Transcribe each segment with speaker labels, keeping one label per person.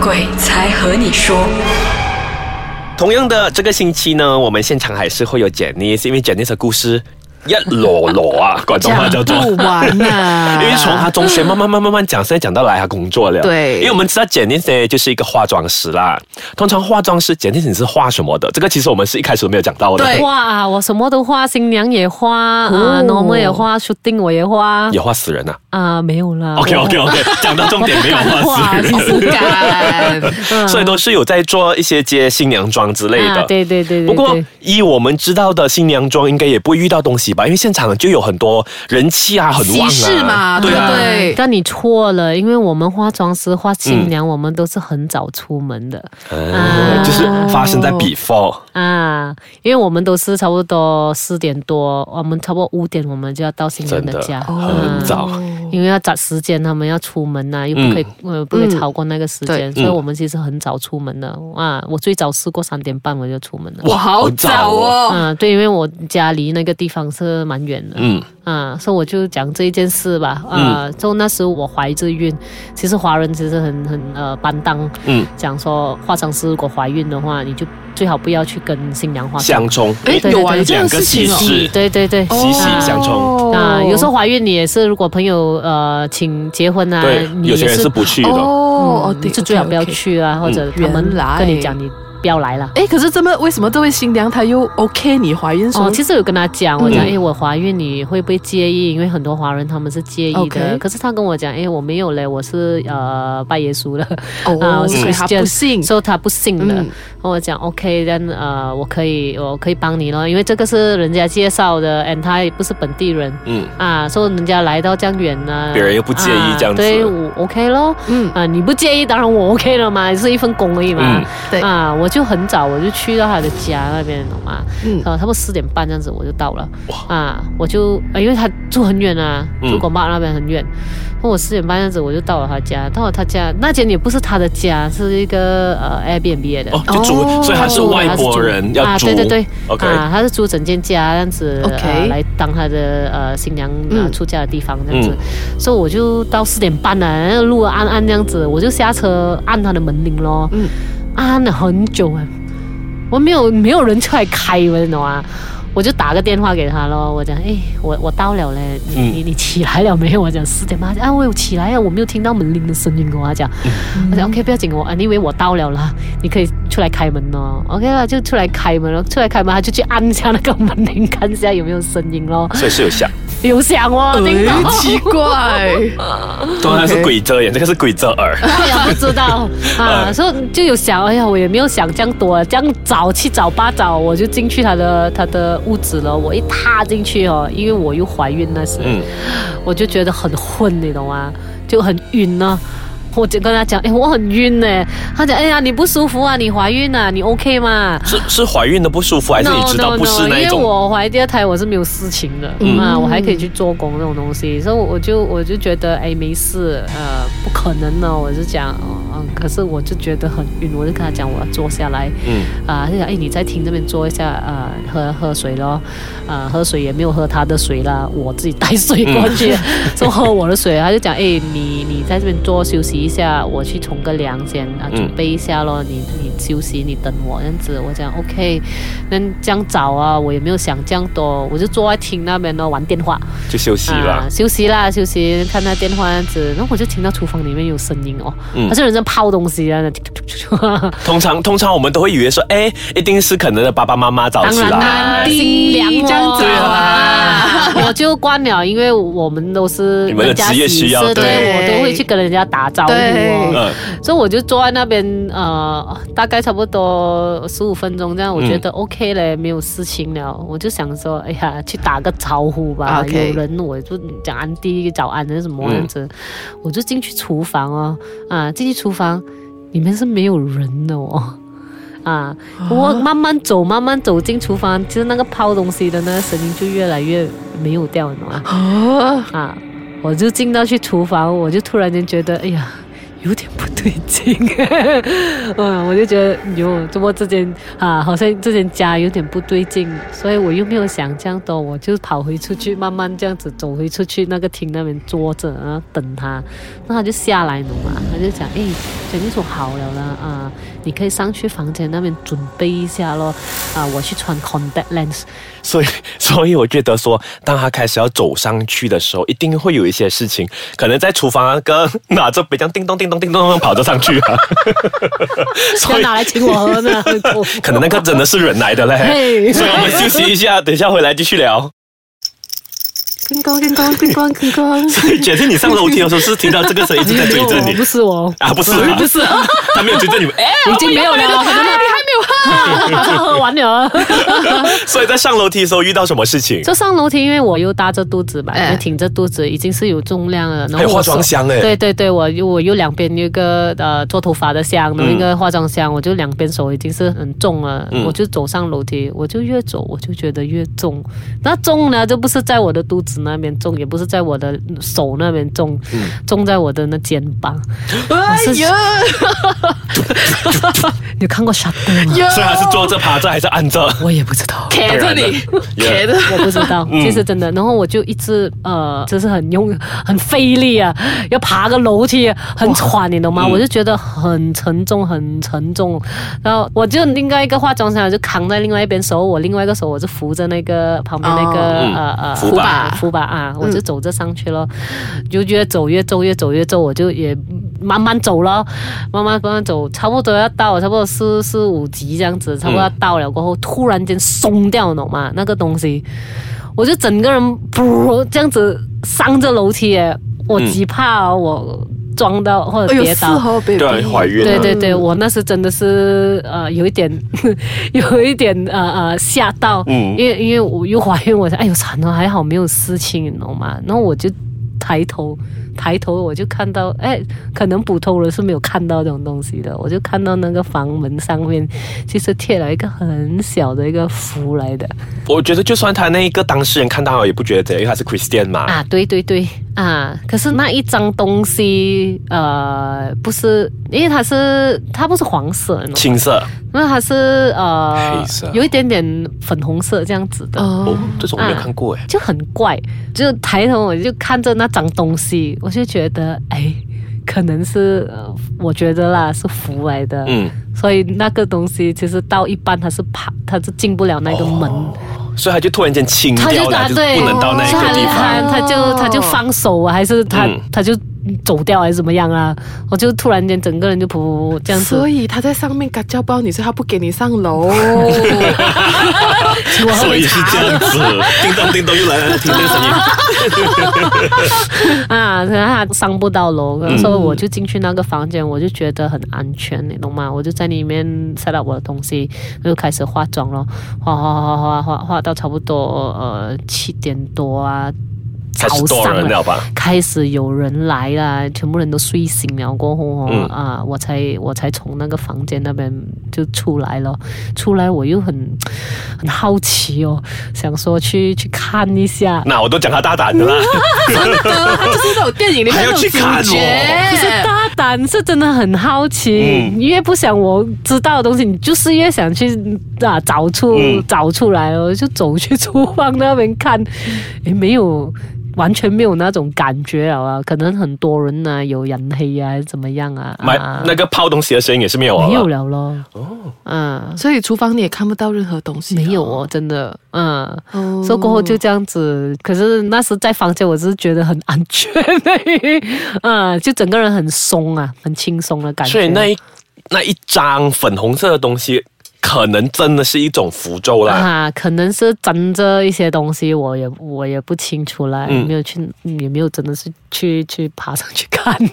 Speaker 1: 鬼才和你说。
Speaker 2: 同样的，这个星期呢，我们现场还是会有 Jenny，因为 Jenny 的故事一摞摞啊，广东话叫做。
Speaker 3: 不完 呐、
Speaker 2: 因为从她中学慢慢慢慢慢讲，现在讲到来她工作了。
Speaker 3: 对
Speaker 2: 因为我们知道 Jenny 呢就是一个化妆师啦。通常化妆师 Jenny 你是画什么的？这个其实我们是一开始没有讲到的。
Speaker 3: 对
Speaker 4: 画啊，我什么都画，新娘也画
Speaker 3: 哦
Speaker 4: 啊，我们也画，shooting 我也画
Speaker 2: 也画死人啊
Speaker 4: 啊，没有啦。
Speaker 2: ！OK OK OK，讲到重点没有画死
Speaker 4: 我不敢画
Speaker 2: 人，
Speaker 4: 其
Speaker 3: 不
Speaker 2: 어,
Speaker 3: 敢，
Speaker 2: 所以都是有在做一些接新娘妆之类的。
Speaker 4: 啊对对对对
Speaker 2: 不过
Speaker 4: 对
Speaker 2: 依我们知道的新娘妆，应该也不会遇到东西吧？因为现场就有很多人气啊，很旺啊，
Speaker 3: 喜事嘛，对
Speaker 2: 对
Speaker 3: 不
Speaker 2: 啊。
Speaker 3: 对？
Speaker 4: 但你错了，因为我们化妆师、化新娘，我们都是很早出门的
Speaker 2: 嗯就是发生在 before，
Speaker 4: 啊，因为我们都是差不多四点多，我们差不多五点我们就要到新
Speaker 2: 真
Speaker 4: 人
Speaker 2: 的
Speaker 4: 的家，啊
Speaker 2: 很早。嗯
Speaker 4: 因为要赶时间，他们要出门呐、又不可以、呃不可以超过那个时间，
Speaker 3: 对
Speaker 4: 所以我们其实很早出门的啊。我最早试过三点半我就出门了。
Speaker 3: 哇，好早哦，
Speaker 4: 啊，对，因为我家离那个地方是蛮远的，
Speaker 2: 嗯，
Speaker 4: 啊，所以我就讲这一件事吧，啊，就那时我怀着孕，其实华人其实很很呃担当，
Speaker 2: 嗯，
Speaker 4: 讲说化妆师如果怀孕的话，你就最好不要去跟新娘化妆
Speaker 2: 相，冲，
Speaker 3: 哎，
Speaker 4: 对对
Speaker 3: 有啊，
Speaker 4: 对
Speaker 3: 有这样
Speaker 2: 两
Speaker 3: 的
Speaker 2: 个
Speaker 3: 事
Speaker 2: 喜
Speaker 3: 情哦。
Speaker 2: 事，
Speaker 4: 对对对，
Speaker 2: 息息相
Speaker 3: 아,
Speaker 2: 冲
Speaker 4: 啊，有时
Speaker 2: 어.
Speaker 4: 候怀孕你也是，如果朋友呃请结婚啊
Speaker 2: 对，，
Speaker 4: 你
Speaker 2: 有些
Speaker 4: 也
Speaker 2: 人是嗯不
Speaker 3: 어,
Speaker 2: 去的。
Speaker 3: 哦哦，
Speaker 4: 嗯
Speaker 3: 对，
Speaker 4: 是最好不要
Speaker 3: OK，OK。
Speaker 4: 去啊，或者他们
Speaker 3: 原来
Speaker 4: 跟你讲你不要来了。
Speaker 3: 哎，可是这么为什么这位新娘她又 OK 你怀孕什
Speaker 4: 哦，
Speaker 3: 么？
Speaker 4: 其实有跟他讲，我讲，
Speaker 2: 嗯
Speaker 4: 哎，我怀孕你会不会介意？因为很多华人他们是介意
Speaker 3: OK
Speaker 4: 的。可是他跟我讲，哎，我没有嘞，我是呃拜耶稣了，啊
Speaker 3: 哦，
Speaker 4: 我是
Speaker 3: 所以她不
Speaker 4: Christian
Speaker 3: 信。
Speaker 4: 所以他不信的。
Speaker 3: 嗯
Speaker 4: 跟我讲，OK，但呃，我可以，我可以帮你咯，因为这个是人家介绍的，and 他也不是本地人
Speaker 2: 嗯，
Speaker 4: 啊，所以人家来到这样远呢，
Speaker 2: 别人又不介意
Speaker 4: 啊
Speaker 2: 这样子
Speaker 4: 对我 OK 咯。
Speaker 3: 嗯，
Speaker 4: 啊，你不介意，当然我 OK 了嘛，是一份工而已嘛。
Speaker 2: 嗯
Speaker 3: 对
Speaker 4: 啊，我就很早我就去到他的家那边，懂吗？
Speaker 3: 嗯
Speaker 4: 呃，差不多四点半这样子我就到了。啊，我就、呃因为他住很远啊，
Speaker 2: 嗯
Speaker 4: 住广巴那边很远，那、我四点半这样子我就到了他家，到了他家那间也不是他的家，是一个呃 Airbnb 的。
Speaker 2: 哦，就租，
Speaker 3: 哦
Speaker 2: 所以他是外国人，要
Speaker 4: 啊，
Speaker 2: 租。
Speaker 4: 对对对
Speaker 2: OK，
Speaker 4: 啊，他是租整间家这样子
Speaker 3: OK
Speaker 4: 呃、来当他的呃新娘呃
Speaker 3: 嗯
Speaker 4: 出嫁的地方这样子，所以我就到四点半了，那个路暗暗这样子，我就下车按他的门铃咯，
Speaker 3: 嗯
Speaker 4: 按了很久哎，我没有没有人出来开门，你懂吗？我就打个电话给他咯，我讲，哎，我我到了嘞，你、
Speaker 2: 嗯
Speaker 4: 你你起来了没有？我讲四点半，他讲啊，我有起来啊，我没有听到门铃的声音，跟我讲，我讲 OK，不要紧，我 anyway 我到了啦，你可以出来开门咯，OK 啦，就出来开门咯，出来开门，他就去按一下那个门铃，看一下有没有声音咯，
Speaker 2: 所以是有响，
Speaker 4: 有响哦，叮
Speaker 3: 哎
Speaker 4: 咚，
Speaker 3: 奇怪，
Speaker 2: 当然啊是鬼遮眼，这个是鬼遮耳。
Speaker 4: 我也哎不知道啊，
Speaker 2: 嗯
Speaker 4: 所以就有想，哎呀，我也没有想这样多，这样早七早八早我就进去他的他的屋子了，我一踏进去哦，因为我又怀孕那时，
Speaker 2: 嗯，
Speaker 4: 我就觉得很混，你懂吗？就很晕呢、我就跟他讲，哎，我很晕呢、他讲，哎呀，你不舒服啊？你怀孕啊？你 OK 吗？
Speaker 2: 是是怀孕的不舒服，还是
Speaker 4: no
Speaker 2: 你知道
Speaker 4: no
Speaker 2: 不是
Speaker 4: no，
Speaker 2: 那一
Speaker 4: 因为
Speaker 2: 种？
Speaker 4: 我怀第二胎我是没有事情的，
Speaker 3: 嗯
Speaker 4: 啊，我还可以去做工那种东西，所以我就我就觉得哎没事，呃，不可能呢，我就讲，嗯，可是我就觉得很晕，我就跟他讲我要坐下来，
Speaker 2: 嗯，
Speaker 4: 啊，他讲哎你在厅这边坐一下，啊，喝喝水咯，啊，喝水也没有喝他的水啦，我自己带水过去，
Speaker 2: 嗯
Speaker 4: 就、喝我的水，他就讲哎你你在这边坐休息一下，我去冲个凉先啊，
Speaker 2: 嗯
Speaker 4: 准备一下咯，你你休息，你等我这样子，我讲 OK，那这样早啊，我也没有想这样多，我就坐在厅那边咯玩电话。
Speaker 2: 就休息
Speaker 4: 啊
Speaker 2: 了，。
Speaker 4: 休息啦，休息，看他电话这样子，然后我就听到厨房里面有声音哦，
Speaker 2: 嗯
Speaker 4: 好像有人在泡东西啊， 那
Speaker 2: 通常通常我们都会以为说，哎，一定是可能的爸爸妈妈早
Speaker 4: 当
Speaker 2: 起
Speaker 4: 然
Speaker 2: 啦。
Speaker 4: 啦，
Speaker 3: 滴
Speaker 4: 新娘哦
Speaker 3: 这样子啊
Speaker 4: 啊，我就关了，因为我们都是
Speaker 2: 你们的
Speaker 4: 人家
Speaker 2: 职业
Speaker 4: 喜
Speaker 2: 需要
Speaker 4: 事
Speaker 2: 对
Speaker 4: 对我都会去跟人家打招呼
Speaker 3: 对
Speaker 4: 哦，
Speaker 2: 嗯，
Speaker 4: 所以我就坐在那边呃，大概差不多十五分钟这样，我觉得 OK 嘞，没有事情了，我就想说，哎呀，去打个招呼吧，
Speaker 3: OK
Speaker 4: 有人我就讲安迪早安还是什么样子，我就进去厨房哦，啊，进去厨房里面是没有人的哦。啊，我慢慢走，慢慢走进厨房，其实那个抛东西的那个声音就越来越没有掉，你懂吗？
Speaker 3: 啊，
Speaker 4: 啊，我就进到去厨房，我就突然间觉得，哎呀，有点不对劲，嗯，我就觉得哟，怎么这间啊，好像这间家有点不对劲，所以我又没有想这样多，我就跑回出去，慢慢这样子走回出去那个厅那边坐着，然后等他，那他就下来了嘛，他就讲，哎，蒋经说好了啦啊，你可以上去房间那边准备一下咯，啊，我去穿 contact lens，
Speaker 2: 所以， 所以我觉得说，当他开始要走上去的时候，一定会有一些事情，可能在厨房啊，跟拿着杯这样叮咚叮咚叮咚咚跑着上去啊，
Speaker 4: 要
Speaker 2: 所以
Speaker 4: 拿来请我喝呢，
Speaker 2: 可能那个真的是人来的嘞。
Speaker 4: 哦嘿。
Speaker 2: 所以我们休息一下，等一下回来继续聊。
Speaker 3: 叮咣叮咣叮咣叮咣，
Speaker 2: 决定你上楼梯的时候是听到这个声音一直在追着
Speaker 4: 我
Speaker 2: 你
Speaker 4: 不是我，
Speaker 2: 啊？不是啊，
Speaker 4: 不是，
Speaker 2: 他没有追着你 们，哎，
Speaker 4: 已经没有了，你还没有喝，喝完了。
Speaker 2: 所以在上楼梯的时候遇到什么事情？
Speaker 4: 就上楼梯，因为我又搭着肚子吧，
Speaker 3: 哎
Speaker 4: 又挺着肚子，已经是有重量了。然
Speaker 2: 还有
Speaker 4: 我
Speaker 2: 化妆箱哎
Speaker 4: 对对对，我又我又两边有一个呃做头发的箱，然后一个化妆箱，我就两边手已经是很重了。
Speaker 2: 嗯
Speaker 4: 我就走上楼梯，我就越走我就觉得越重。那重呢，就不是在我的肚子那边重，也不是在我的手那边重，
Speaker 2: 嗯
Speaker 4: 重在我的那肩膀。
Speaker 3: 哎
Speaker 4: 是
Speaker 3: 呀
Speaker 4: 你有看过 Shutter 吗？
Speaker 3: 呀，
Speaker 2: 所以他是坐着、趴着还是按着？
Speaker 4: 我也不知道。
Speaker 2: 啊
Speaker 3: 卡着 你，
Speaker 2: 当
Speaker 3: 卡
Speaker 2: 然
Speaker 3: 着。
Speaker 4: 我不知道，
Speaker 2: 嗯
Speaker 4: 其实真的。然后我就一直呃，就是很用很费力啊，要爬个楼梯，很喘，你懂吗？
Speaker 2: 嗯
Speaker 4: 我就觉得很沉重，很沉重。然后我就另外一个化妆箱就扛在另外一边手，我另外一个手我是扶着那个旁边那个、
Speaker 3: 哦
Speaker 2: 嗯
Speaker 4: 呃呃
Speaker 2: 扶把嗯
Speaker 4: 扶把啊，我就走着上去咯，就越走越重，越走越重，我就也慢慢走咯，慢慢慢慢走，差不多要到，差不多四四五级这样子，差不多要到了过后，突然间松掉，你懂吗？那个东西，我就整个人噗这样子上着楼梯耶，我极怕、哦、我撞到或者
Speaker 3: 哎呦，
Speaker 4: 跌
Speaker 3: 是
Speaker 4: 倒。
Speaker 3: 哦，baby，
Speaker 2: 对怀孕
Speaker 4: 对
Speaker 2: 了
Speaker 4: 对对，我那时真的是呃有一点 有一点呃呃吓到，
Speaker 2: 嗯
Speaker 4: 因为因为我又怀孕，我说哎呦惨了，还好没有事情，你懂吗？然后我就抬头抬头，我就看到哎，可能普通人是没有看到这种东西的，我就看到那个房门上面其实贴了一个很小的一个符来的
Speaker 2: 我觉得就算他那一个当事人看到，也不觉得怎样，因为他是 Christian 嘛。
Speaker 4: 啊，对对对啊，可是那一张东西呃不是，因为它是它不是黄色，你懂吗
Speaker 2: 青色
Speaker 4: 那它是呃
Speaker 2: 黑色
Speaker 4: 有一点点粉红色这样子的，
Speaker 2: 哦
Speaker 3: 哦，，
Speaker 2: 这种我没有看过哎。
Speaker 4: 就很怪。就抬头我就看着那张东西，我就觉得哎，可能是呃我觉得啦是福来的，
Speaker 2: 嗯，
Speaker 4: 所以那个东西其实到一半它是爬，它就进不了那
Speaker 2: 哦
Speaker 4: 个门。
Speaker 2: 所以他就突然间清
Speaker 4: 他
Speaker 2: 掉
Speaker 4: 就
Speaker 2: 了，
Speaker 4: 答
Speaker 2: 就是
Speaker 4: 对，
Speaker 2: 不能到那一
Speaker 4: 所以
Speaker 2: 个
Speaker 4: 他
Speaker 2: 地方。
Speaker 4: 他他
Speaker 3: 哦
Speaker 4: 就他就放手啊，还是他、
Speaker 2: 嗯
Speaker 4: 他就走掉还是怎么样啊？我就突然间整个人就噗噗噗这样子，
Speaker 3: 所以他在上面嘎叫包你，所以他不给你上 楼。
Speaker 4: 请我喝
Speaker 2: 所
Speaker 4: 杯
Speaker 2: 以是
Speaker 4: 茶。
Speaker 2: 这样 子，叮咚叮咚又来了，听这个声音。
Speaker 4: 啊，可能他上不到楼，
Speaker 2: 嗯
Speaker 4: 所以我就进去那个房间，我就觉得很安全，你懂吗？我就在里面 set up 我的东西，就开始化妆咯，化化化化化化到差不多呃七点多啊，早
Speaker 2: 开始多
Speaker 4: 上啊
Speaker 2: 人
Speaker 4: 了。
Speaker 2: 了吧？
Speaker 4: 开始有人来啦，全部人都睡醒了过后哦、
Speaker 2: 嗯
Speaker 4: 啊，我才我才从那个房间那边就出来了，出来我又很很好奇哦，想说去去看一下，
Speaker 2: 那我都讲他大胆的 啦，
Speaker 3: 他就是那种电影里面
Speaker 2: 还要
Speaker 3: 那种
Speaker 2: 去看
Speaker 3: 主角
Speaker 2: 我，
Speaker 4: 不是大胆，是真的很好奇。
Speaker 2: 嗯
Speaker 4: 你越不想我知道的东西，你就是越想去啊找出、
Speaker 2: 嗯
Speaker 4: 找出来哦，就走去厨房那边看，也没有。完全没有那种感觉了啊！可能很多人呢、有人黑啊，还是怎么样啊？
Speaker 2: 买
Speaker 4: 啊
Speaker 2: 那个泡东西的声音也是没有啊
Speaker 4: 没有
Speaker 2: 了。
Speaker 4: 了咯。哦，嗯，
Speaker 3: 所以厨房你也看不到任何东西。
Speaker 4: 没有哦，真的，嗯。
Speaker 3: 哦，
Speaker 4: 所以过后就这样子，可是那时在房间，我是觉得很安全的，嗯，就整个人很松啊，很轻松的感觉。
Speaker 2: 所以那一那一张粉红色的东西，可能真的是一种符咒啦。
Speaker 4: 啊，可能是沾着一些东西，我也我也不清楚啦，
Speaker 2: 嗯
Speaker 4: 没有去，嗯也没有真的是去去 爬上去看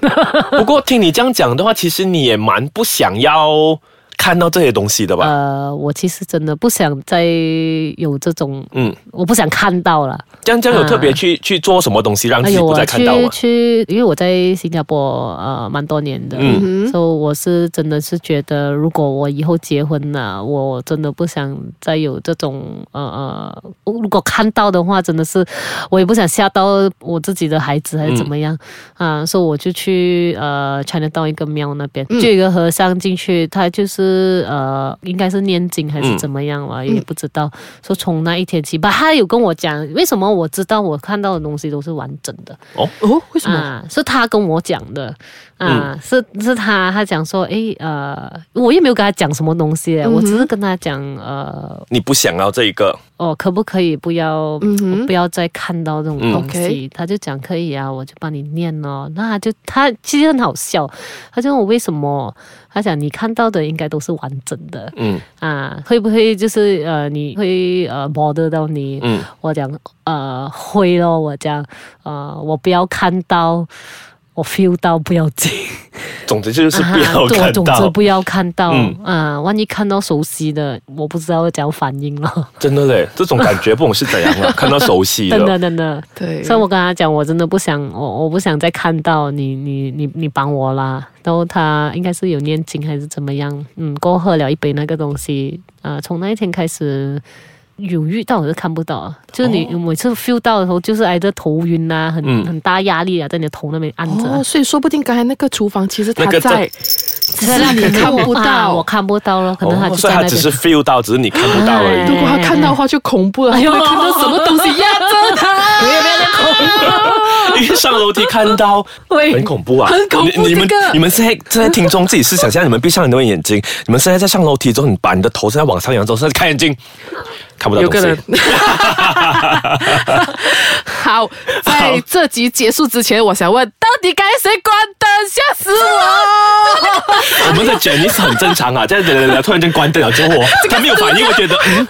Speaker 2: 不过听你这样讲的话，其实你也蛮不想要看到这些东西的吧？
Speaker 4: 呃，我其实真的不想再有这种，
Speaker 2: 嗯，
Speaker 4: 我不想看到了。
Speaker 2: 这样这样有特别去、去做什么东西让自
Speaker 4: 啊哎
Speaker 2: 己
Speaker 4: 呦，
Speaker 2: 不
Speaker 4: 我
Speaker 2: 再看到啊
Speaker 4: 去
Speaker 2: 吗？
Speaker 4: 去，因为我在新加坡呃蛮多年的，
Speaker 2: 嗯
Speaker 4: 所以、我是真的是觉得，如果我以后结婚了、我真的不想再有这种呃呃，我如果看到的话，真的是我也不想吓到我自己的孩子还是
Speaker 2: 嗯
Speaker 4: 怎么样、啊，所以我就去呃 China Town 一个庙那边，
Speaker 2: 嗯
Speaker 4: 就有一个和尚进去，他就是呃应该是念经还是
Speaker 2: 嗯
Speaker 4: 怎么样了，也不知道。说从那一天起吧，他有跟我讲，为什么我知道我看到的东西都是完整的
Speaker 3: 哦，为什么？嗯
Speaker 4: 啊？是他跟我讲的啊，是是他他讲说，诶，呃，我也没有跟他讲什么东西，
Speaker 3: 嗯哼
Speaker 4: 我只是跟他讲，呃，
Speaker 2: 你不想要这一个，
Speaker 4: 哦，可不可以不要、
Speaker 3: 嗯哼
Speaker 4: 不要再看到这种
Speaker 2: 嗯
Speaker 4: 东西？他就讲可以啊，我就帮你念哦。那他就他其实很好笑，他就问我为什么，他讲你看到的应该都是完整的
Speaker 2: 嗯
Speaker 4: 啊，会不会就是呃你会呃 bother 到你？
Speaker 2: 嗯，
Speaker 4: 我讲呃会咯，我讲呃我不要看到，我 feel 到不要紧，
Speaker 2: 总之就是不
Speaker 4: 啊
Speaker 2: 要
Speaker 4: 对
Speaker 2: 看
Speaker 4: 我总
Speaker 2: 到，
Speaker 4: 之不要看到，
Speaker 2: 嗯
Speaker 4: 啊，万一看到熟悉的，我不知道要怎样反应了，
Speaker 2: 真的嘞，这种感觉不懂是怎样 啊，看到熟悉哦
Speaker 4: 真的
Speaker 2: 的，
Speaker 4: 真的。
Speaker 3: 对，
Speaker 4: 所以我跟他讲，我真的不想，我我不想再看到你，你你你帮我啦。然后他应该是有念经还是怎么样，嗯，过后喝了一杯那个东西，啊、从那一天开始。有遇到我就看不到啊，就是你
Speaker 3: 哦
Speaker 4: 每次 feel 到的时候，就是挨着头晕啊，很、
Speaker 2: 嗯
Speaker 4: 很大压力啊，在你的头那边按着啊、
Speaker 3: 哦，所以说不定刚才那个厨房其实他
Speaker 2: 那个
Speaker 3: 在，只是让你看不
Speaker 4: 啊我
Speaker 3: 到。
Speaker 4: 看不到了，可能他就
Speaker 2: 哦所以
Speaker 4: 在那
Speaker 2: 他
Speaker 4: 边。
Speaker 2: 只是 feel 到，只是你看不到而
Speaker 4: 哎
Speaker 2: 已。
Speaker 3: 如果他看到的话就恐怖了，
Speaker 4: 哎
Speaker 3: 因
Speaker 4: 呦
Speaker 3: 为看到什么东西压着他，
Speaker 4: 你有没有在
Speaker 2: 因为上楼梯看到，
Speaker 4: 喂
Speaker 2: 很恐怖啊，
Speaker 3: 很恐怖
Speaker 2: 你你们
Speaker 3: 这个
Speaker 2: 你们现在正在听众自己试想一下，你们闭上你们的眼睛，你们现在在上楼梯之后，你把你的头是在往上扬之后，是在看眼睛，看不到
Speaker 3: 有
Speaker 2: 东
Speaker 3: 个人
Speaker 2: 西。。
Speaker 3: 好，在这集结束之前，我想问，到底该谁关灯？吓死 我！
Speaker 2: 我们的 Jenny 是很正常啊， 这样子突然间关灯了之后，我他没有反应，我觉得嗯，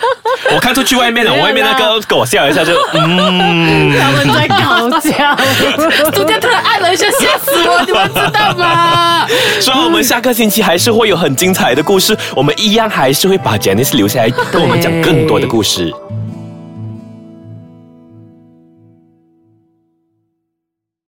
Speaker 2: 我看出去外面了，
Speaker 4: 没有
Speaker 2: 我外面那个跟我笑一下就嗯，
Speaker 4: 他们在搞 笑。
Speaker 3: 中间突然按了一下，吓死我！你们知道吗？
Speaker 2: 所以我们下个星期还是会有很精彩的故事，我们一样还是会把 Jenny 留下来跟我们讲更多的故事。